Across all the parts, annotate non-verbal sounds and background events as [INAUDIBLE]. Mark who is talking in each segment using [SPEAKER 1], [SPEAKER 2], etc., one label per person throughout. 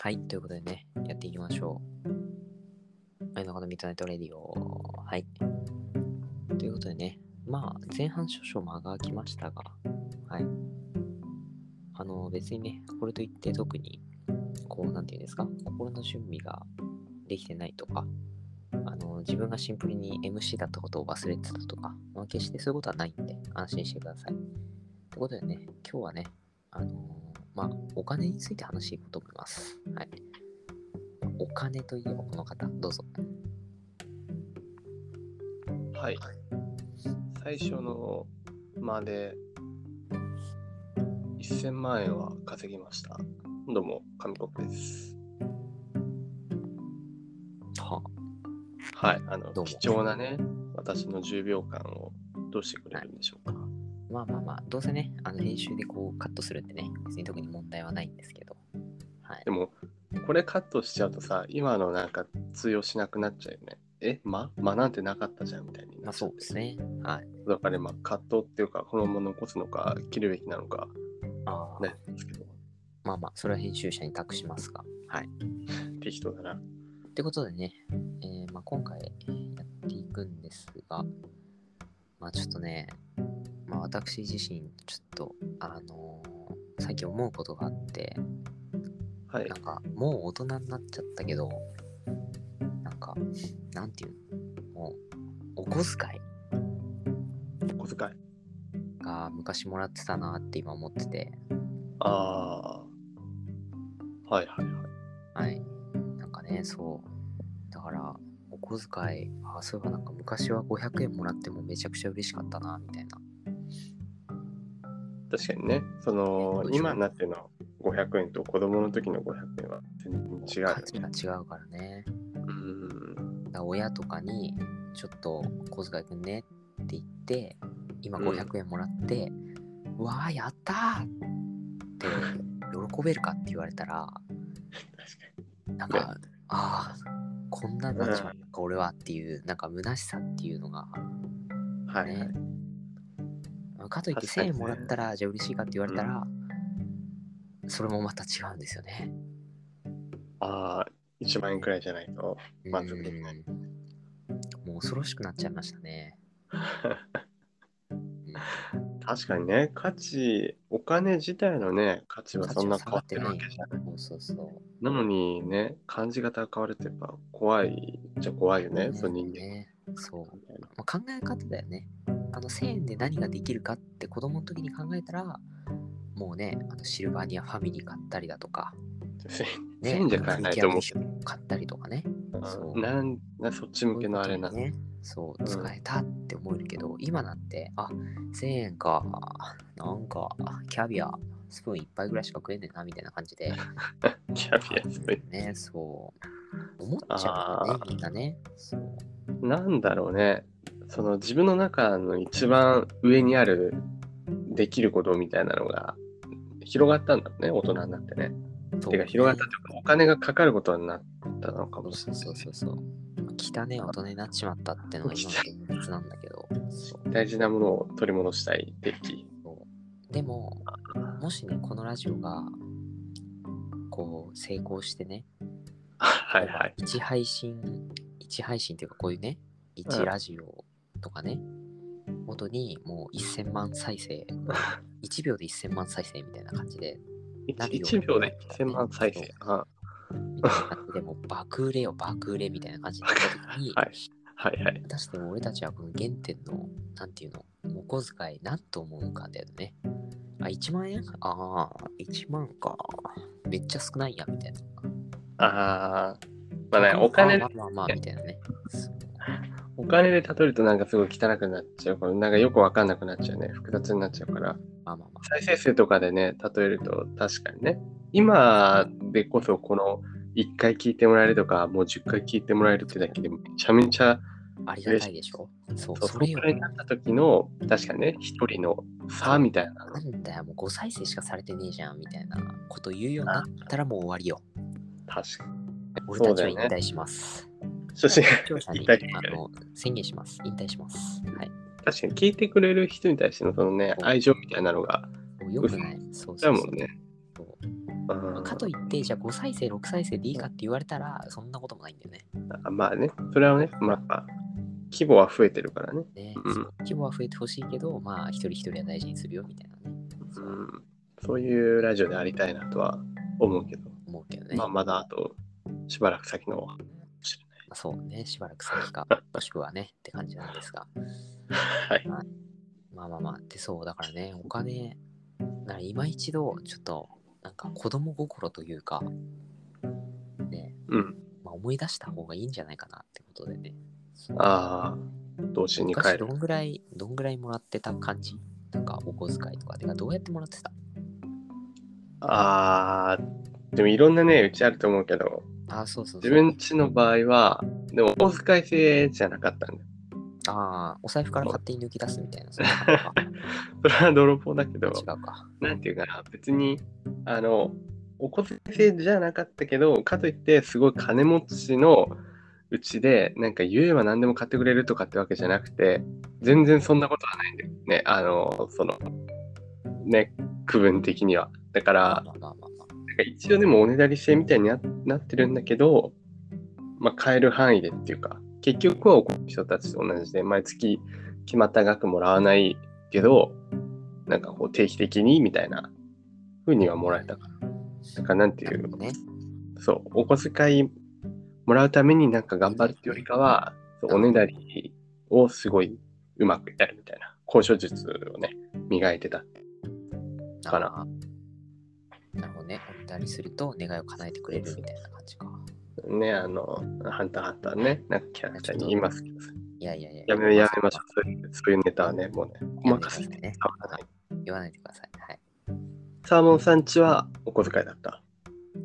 [SPEAKER 1] はい、ということでね、やっていきましょう。前のこのミッドナイトレディオ。はい。ということでね、まあ、前半少々間が空きましたが、はい。あの、別にね、これといって特に、こう、なんていうんですか、心の準備ができてないとか、あの、自分がシンプルに MC だったことを忘れてたとか、まあ、決してそういうことはないんで、安心してください。ということでね、今日はね、あのーまあ、お金について話していこうと思います。はい。お金といえばこの方、どうぞ。
[SPEAKER 2] はい。最初のまで1000万円は稼ぎました。どうも、紙コップです。
[SPEAKER 1] は
[SPEAKER 2] はい。あの
[SPEAKER 1] どうも、
[SPEAKER 2] 貴重なね、私の10秒間をどうしてくれるんでしょうか。
[SPEAKER 1] あ、まあまあまあ、どうせね、あの編集でこうカットするんでね、別に特に問題はないんですけど。はい
[SPEAKER 2] で。も、これカットしちゃうとさ、今のなんか通用しなくなっちゃうよね。え、ま、まなんてなかったじゃんみたいに
[SPEAKER 1] ま
[SPEAKER 2] な
[SPEAKER 1] あ
[SPEAKER 2] っちゃ
[SPEAKER 1] そ
[SPEAKER 2] っ
[SPEAKER 1] う
[SPEAKER 2] て
[SPEAKER 1] ですね。はい。
[SPEAKER 2] だから今、カットっていうか、このまま残すのか、切るべきなのか、
[SPEAKER 1] ああ、
[SPEAKER 2] ね、ですけど、
[SPEAKER 1] まあまあ、それは編集者に託しますが。はい。
[SPEAKER 2] 適当だな。
[SPEAKER 1] ってことでね、えーまあ、今回えーやっていくんですが、まあちょっとね、まあ、私自身ちょっと、あのー最近思うことがあって、
[SPEAKER 2] はい
[SPEAKER 1] な。んかもう大人になっちゃったけど、なんか、なんていうのもう、お小遣い
[SPEAKER 2] お小遣い。
[SPEAKER 1] が昔もらってたなって今思ってて、
[SPEAKER 2] ああ。はいはいはい。
[SPEAKER 1] はい。なんかね、そう。だから、お小遣い、あ、そういえばなんか昔は500円もらってもめちゃくちゃ嬉しかったな、みたいな。
[SPEAKER 2] 確かにね、その
[SPEAKER 1] どうでしょう
[SPEAKER 2] 今になっての500円と子供の時の500円は全然違うよ
[SPEAKER 1] 価値
[SPEAKER 2] ね。
[SPEAKER 1] が違うからね。
[SPEAKER 2] うん
[SPEAKER 1] だから親とかに、ちょっと小遣いくんねって言って、今
[SPEAKER 2] うん
[SPEAKER 1] 500円もらって、うわー、やったーって喜べるかって言われたら、
[SPEAKER 2] [LAUGHS] 確か
[SPEAKER 1] なん
[SPEAKER 2] ね
[SPEAKER 1] か、ああ、こんなんなっちまうのか、俺はっていう、なんか虚しさっていうのが、
[SPEAKER 2] に。はいはい。
[SPEAKER 1] かといって
[SPEAKER 2] 確か
[SPEAKER 1] 1000
[SPEAKER 2] にね
[SPEAKER 1] 円もらったら、じゃあ嬉しいかって言われたら、それもまた違うんですよね。
[SPEAKER 2] ああ、1万円くらいじゃないと。満足できない
[SPEAKER 1] うんもう恐ろしくなっちゃいました
[SPEAKER 2] [LAUGHS]
[SPEAKER 1] ね。うん
[SPEAKER 2] 確かにね、価値、お金自体のね、価値はそんな変わってるわけじゃない。
[SPEAKER 1] そうそうそ
[SPEAKER 2] なのにね、感じ方が変わるってやっぱ怖いじゃ怖いよ
[SPEAKER 1] う。
[SPEAKER 2] ね、その人間。
[SPEAKER 1] ねそう。
[SPEAKER 2] みたいな
[SPEAKER 1] まあ、考え方だよね。あの1000円で何ができるかって子供の時に考えたら、もうね、あのシルバニアファミリー買ったりだとか、
[SPEAKER 2] 1000
[SPEAKER 1] ね、
[SPEAKER 2] 円じゃ買えないと思うけど
[SPEAKER 1] 買ったりとかね。そう
[SPEAKER 2] うん [LAUGHS] なんなそっち向けのあれな
[SPEAKER 1] そういうことにね。そう、
[SPEAKER 2] うん
[SPEAKER 1] 使えたって思えるけど、今なんて、あ、1000円か、なんか、キャビア、スプーン一杯ぐらいしか食えねえな、みたいな感じで。
[SPEAKER 2] キャビアスプーン
[SPEAKER 1] ね、そう。思っちゃうよね
[SPEAKER 2] あ、ー
[SPEAKER 1] みんなね。そう。
[SPEAKER 2] なんだろうね、その自分の中の一番上にあるできることみたいなのが広がったんだろうね、大人になってね。
[SPEAKER 1] そう
[SPEAKER 2] てか広がったというか、お金がかかることになったのか
[SPEAKER 1] そ
[SPEAKER 2] も
[SPEAKER 1] う
[SPEAKER 2] し
[SPEAKER 1] そ
[SPEAKER 2] れ
[SPEAKER 1] う
[SPEAKER 2] ない
[SPEAKER 1] そ
[SPEAKER 2] ね、
[SPEAKER 1] うそうそう。汚ねえ大人になっちまったってのが今の現実なんだけど。そう
[SPEAKER 2] 大事なものを取り戻したいべき。
[SPEAKER 1] そうでも、もしね、このラジオが、こう、成功してね、
[SPEAKER 2] はい [LAUGHS] はい。
[SPEAKER 1] 一配信、一配信っていうか、こういうね、一ラジオとかね、ごとにもう1000万再
[SPEAKER 2] [LAUGHS]
[SPEAKER 1] 生、1秒で1000万再生みたいな感じで、なるよ
[SPEAKER 2] 1秒で1000万再生。あ
[SPEAKER 1] みた
[SPEAKER 2] [LAUGHS]
[SPEAKER 1] いな感じでもう爆売れよ、爆売れみたいな感じになった時に、
[SPEAKER 2] [LAUGHS] はいはいはい。
[SPEAKER 1] 果たして俺たちはこの原点の、なんていうの、お小遣い、なんと思うかだよね。あ、1万円ああ、1万か。めっちゃ少ないや、みたいな。
[SPEAKER 2] ああ。まあね、お金
[SPEAKER 1] まあまあまあ、みたいなね。そう
[SPEAKER 2] お金で例えるとなんかすごい汚くなっちゃうから、なんかよくわかんなくなっちゃうね。複雑になっちゃうから。
[SPEAKER 1] まあまあまあ。
[SPEAKER 2] 再生数とかでね、例えると確かにね、今でこそこの1回聞いてもらえるとか、もう10回聞いてもらえるってだけでめちゃめちゃ、
[SPEAKER 1] ありがたいでしょそう、
[SPEAKER 2] そう
[SPEAKER 1] そ
[SPEAKER 2] そ
[SPEAKER 1] れ
[SPEAKER 2] れ
[SPEAKER 1] よ
[SPEAKER 2] くらいになった時の、確かにね、一人の差みたいなの。
[SPEAKER 1] なんだよ、もう5再生しかされてねえじゃん、みたいなこと言うようになったらもう終わりよ。
[SPEAKER 2] 確かに。
[SPEAKER 1] 俺
[SPEAKER 2] そ
[SPEAKER 1] た
[SPEAKER 2] う
[SPEAKER 1] ち
[SPEAKER 2] だ
[SPEAKER 1] は
[SPEAKER 2] よ
[SPEAKER 1] 引
[SPEAKER 2] ね。
[SPEAKER 1] 退します。
[SPEAKER 2] そして、
[SPEAKER 1] 視
[SPEAKER 2] [LAUGHS]
[SPEAKER 1] 聴者に
[SPEAKER 2] 引退
[SPEAKER 1] あの宣言します。引退します。はい。
[SPEAKER 2] 確かに聞いてくれる人に対してのそのね、
[SPEAKER 1] そう
[SPEAKER 2] 愛情みたいなのが、
[SPEAKER 1] もう良くない。そう
[SPEAKER 2] だ
[SPEAKER 1] そう
[SPEAKER 2] も
[SPEAKER 1] そうん
[SPEAKER 2] ね。
[SPEAKER 1] そう
[SPEAKER 2] うん
[SPEAKER 1] かといって、じゃあ5再生、6再生でいいかって言われたら、そんなこともないんだよね。
[SPEAKER 2] あまあね、それはね、まあ、規模は増えてるからね。
[SPEAKER 1] ね
[SPEAKER 2] うん
[SPEAKER 1] そう規模は増えてほしいけど、まあ、一人一人は大事にするよみたいなね、
[SPEAKER 2] う、
[SPEAKER 1] そうん
[SPEAKER 2] そういうラジオでありたいなとは思うけど、
[SPEAKER 1] 思うけどね。
[SPEAKER 2] まあ、
[SPEAKER 1] ま
[SPEAKER 2] まだあとしばらく先の
[SPEAKER 1] あそうね、しばらく先
[SPEAKER 2] [LAUGHS]
[SPEAKER 1] か、もしくはね、って感じなんですが。
[SPEAKER 2] はい。
[SPEAKER 1] まあまあまあ、で、そう、だからね、お金、なら今一度、ちょっと、なんか子供心というか、ね、
[SPEAKER 2] うん。
[SPEAKER 1] まあ、思い出した方がいいんじゃないかなってことでね。
[SPEAKER 2] ああ、童心に帰
[SPEAKER 1] 昔ど
[SPEAKER 2] る。
[SPEAKER 1] んぐらい、どんぐらいもらってた感じなんかお小遣いとか、てかどうやってもらってた
[SPEAKER 2] ああ、でもいろんなね、うちあると思うけど、
[SPEAKER 1] ああ、そうそうそう。
[SPEAKER 2] 自分ちの場合は、でも、お小遣い制じゃなかったんだよ。
[SPEAKER 1] ああ、お財布から勝手に抜き出すみたいな。そんな感じか
[SPEAKER 2] それは泥棒だけど、 [LAUGHS]
[SPEAKER 1] 違うか。
[SPEAKER 2] なんていうかな、別に、あの、お小遣い制じゃなかったけど、かといって、すごい金持ちのうちで、なんか言えば何でも買ってくれるとかってわけじゃなくて、全然そんなことはないんだよね。あの、その、ね、区分的には。だか
[SPEAKER 1] まあ
[SPEAKER 2] ら、
[SPEAKER 1] まあまあまあま
[SPEAKER 2] なんか一応でもおねだり制みたいにななってるんだけど、まあ、買える範囲でっていうか、結局はこの人たちと同じで、毎月決まった額もらわないけど、なんかこう定期的にみたいな風にはもらえたから。なんかなんて
[SPEAKER 1] あ。
[SPEAKER 2] い
[SPEAKER 1] なるほ
[SPEAKER 2] う
[SPEAKER 1] ど、ね。
[SPEAKER 2] そう、お小遣いもらうためになんか頑張るっていうよりかは、そうおねだりをすごいうまくやるみたいな、交渉術をね、磨いてた。かな
[SPEAKER 1] あー。なるほどね。おねだりすると願いを叶えてくれるみたいな感じか。
[SPEAKER 2] ね、あの、ハンターハンターね、なんかキャラクターにいますけど
[SPEAKER 1] いやいやいや。
[SPEAKER 2] やめやめましょ
[SPEAKER 1] ょ
[SPEAKER 2] う。そういうそういうネタはね、もうね、
[SPEAKER 1] う
[SPEAKER 2] 細かすぎて
[SPEAKER 1] ね。
[SPEAKER 2] 伝わらない。
[SPEAKER 1] 言わないでください。はい。
[SPEAKER 2] サーモンさんちはお小遣いだった。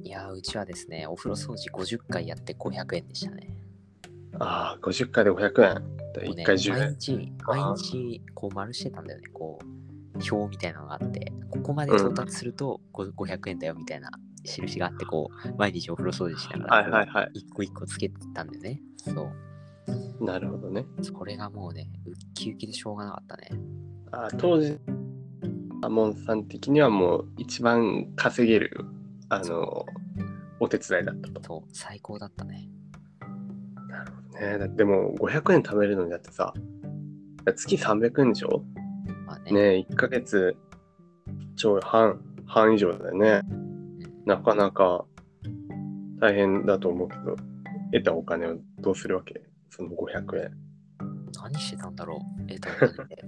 [SPEAKER 1] いやー、うちはですね、お風呂掃除50回やって500円でしたね。
[SPEAKER 2] ああ、50回で500円。
[SPEAKER 1] もうね
[SPEAKER 2] 1回10
[SPEAKER 1] 毎
[SPEAKER 2] 円。
[SPEAKER 1] 日、
[SPEAKER 2] あー
[SPEAKER 1] 毎日、こう丸してたんだよね。こう、表みたいなのがあって、ここまで到達するとご500円だよみたいな印があって、こう、毎日お風呂掃除しながら、
[SPEAKER 2] はいはいはい。
[SPEAKER 1] 一個一個つけてたんだよね。そう。
[SPEAKER 2] なるほどね。
[SPEAKER 1] それがもうね、ウッキウキでしょうがなかったね。
[SPEAKER 2] あー当時、サーモンさん的にはもう一番稼げる、あの、お手伝いだったと。
[SPEAKER 1] そう、最高だったね。
[SPEAKER 2] ね、だってでも500円貯めるのにだってさ、月300円でしょ
[SPEAKER 1] まあね。
[SPEAKER 2] ね、1ヶ月ちょい半、半以上だよね。
[SPEAKER 1] うん
[SPEAKER 2] なかなか大変だと思うけど、得たお金をどうするわけその500円。
[SPEAKER 1] 何してたんだろうえっと、なんで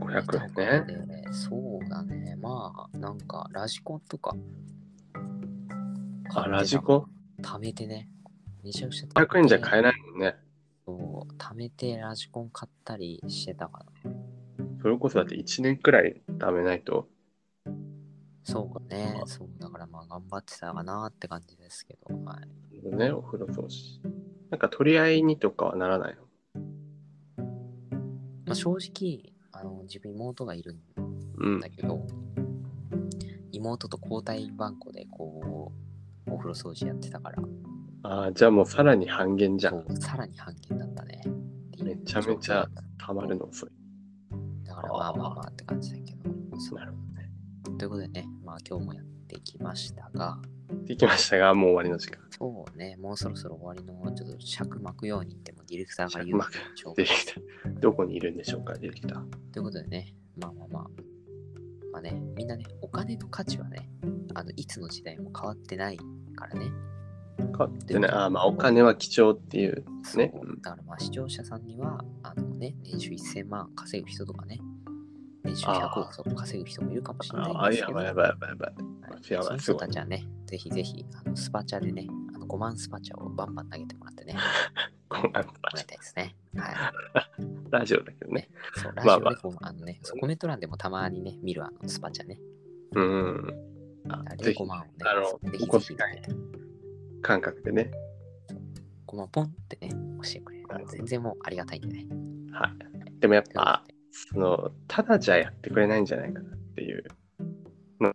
[SPEAKER 2] 500円ね。
[SPEAKER 1] ね。そうだね。まあ、なんか、ラジコンとか。
[SPEAKER 2] あ、ラジコ
[SPEAKER 1] 貯めてね。めちゃくちゃ貯めて
[SPEAKER 2] ?500 円じゃ買えないもんね。
[SPEAKER 1] そう貯めてラジコン買ったりしてたかな。
[SPEAKER 2] それこそだって1年くらい貯めないと。
[SPEAKER 1] そうかね
[SPEAKER 2] ま。あ
[SPEAKER 1] そう、だからまあ、頑張ってたかなって感じですけど。はい。
[SPEAKER 2] ね、お風呂掃除。なんか取り合いにとかはならないの
[SPEAKER 1] まあ、正直、あの、自分妹がいるん
[SPEAKER 2] うん。
[SPEAKER 1] だけど、妹と交代番号でこうお風呂掃除やってたから
[SPEAKER 2] あーじゃあもうさらに半減じゃ
[SPEAKER 1] そ
[SPEAKER 2] ん。
[SPEAKER 1] うさらに半減だったねっていう
[SPEAKER 2] めちゃめち
[SPEAKER 1] 状
[SPEAKER 2] ゃ
[SPEAKER 1] 況だった
[SPEAKER 2] 溜まるの遅い。
[SPEAKER 1] だからまあまあまあって感じだけどそう
[SPEAKER 2] なるほどね。
[SPEAKER 1] ということでねまあ今日もやってきましたが
[SPEAKER 2] できましたが、もう終わりの時間。
[SPEAKER 1] そうねもうそろそろ終わりのちょっと尺巻くようにってもディレクターが言う
[SPEAKER 2] 尺
[SPEAKER 1] でしょう
[SPEAKER 2] 出てきた。どこにいるんでしょうか、出てきた。
[SPEAKER 1] ということでね、まあまあまあ、まあね、みんなね、お金の価値はね、あのいつの時代も変わってないからね。
[SPEAKER 2] 買ってない。あーまあお金は貴重っていう。
[SPEAKER 1] そう
[SPEAKER 2] うん
[SPEAKER 1] だからまあ視聴者さんには、あのね、年収1000万稼ぐ人とかね、年収100億とか稼ぐ人もいるかもしれない
[SPEAKER 2] あ
[SPEAKER 1] ん
[SPEAKER 2] あ、
[SPEAKER 1] で
[SPEAKER 2] や
[SPEAKER 1] すけど、
[SPEAKER 2] ばい
[SPEAKER 1] は
[SPEAKER 2] や
[SPEAKER 1] い
[SPEAKER 2] ばいやばいやばい。やばい
[SPEAKER 1] その
[SPEAKER 2] す
[SPEAKER 1] 人
[SPEAKER 2] ご
[SPEAKER 1] た
[SPEAKER 2] い
[SPEAKER 1] ちはね、ぜひぜひあのスパチャでね、あの5万スパチャをバンバン投げてもら
[SPEAKER 2] [LAUGHS]
[SPEAKER 1] ってね、も
[SPEAKER 2] ごめんなさ
[SPEAKER 1] ら
[SPEAKER 2] い
[SPEAKER 1] いたいですね。はい。
[SPEAKER 2] ラジオだけどね。
[SPEAKER 1] そう、ラジ
[SPEAKER 2] まあ
[SPEAKER 1] オ
[SPEAKER 2] まあ
[SPEAKER 1] でこう、あのね、そうコメント欄でもたまにね、見るあのスパチャね、
[SPEAKER 2] うん。あ
[SPEAKER 1] あれ
[SPEAKER 2] ぜひ
[SPEAKER 1] 5、万をね、
[SPEAKER 2] あの
[SPEAKER 1] ぜ
[SPEAKER 2] お
[SPEAKER 1] ひぜ
[SPEAKER 2] 小
[SPEAKER 1] ひ
[SPEAKER 2] 遣い感覚でね。
[SPEAKER 1] 5万ポンってね、押してくれる。全然もうありがたいんでね。
[SPEAKER 2] はい。でもやっぱ、その、ただじゃやってくれないんじゃないかなっていうの。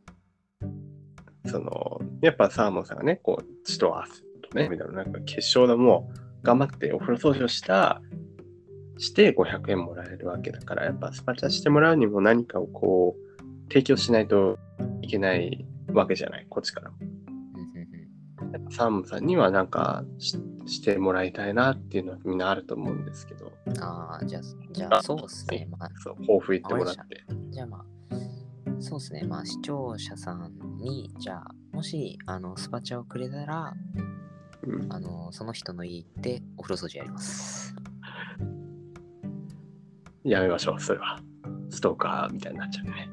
[SPEAKER 2] その、やっぱサーモンさんがね、こう、血と汗とね、みたいな、なんか決勝のもう、頑張ってお風呂掃除をした、して500円もらえるわけだから、やっぱスパチャしてもらうにも何かをこう、提供しないといけないわけじゃない、こっちからも。
[SPEAKER 1] うんうん
[SPEAKER 2] やっぱサーモンさんにはなんかししてもらいたいなっていうのはみんなあると思うんですけど、
[SPEAKER 1] うんああ、じゃあ、じゃあ、
[SPEAKER 2] あ
[SPEAKER 1] そうっすね。まあ、
[SPEAKER 2] そう、抱負言ってもらって。
[SPEAKER 1] じゃあまあ、そうですね。まあ、視聴者さんに、じゃあ、もし、あの、スパチャをくれたら、
[SPEAKER 2] うん、
[SPEAKER 1] あの、その人の家行って、お風呂掃除やります。
[SPEAKER 2] やめましょう、それは。ストーカーみたいになっちゃうね。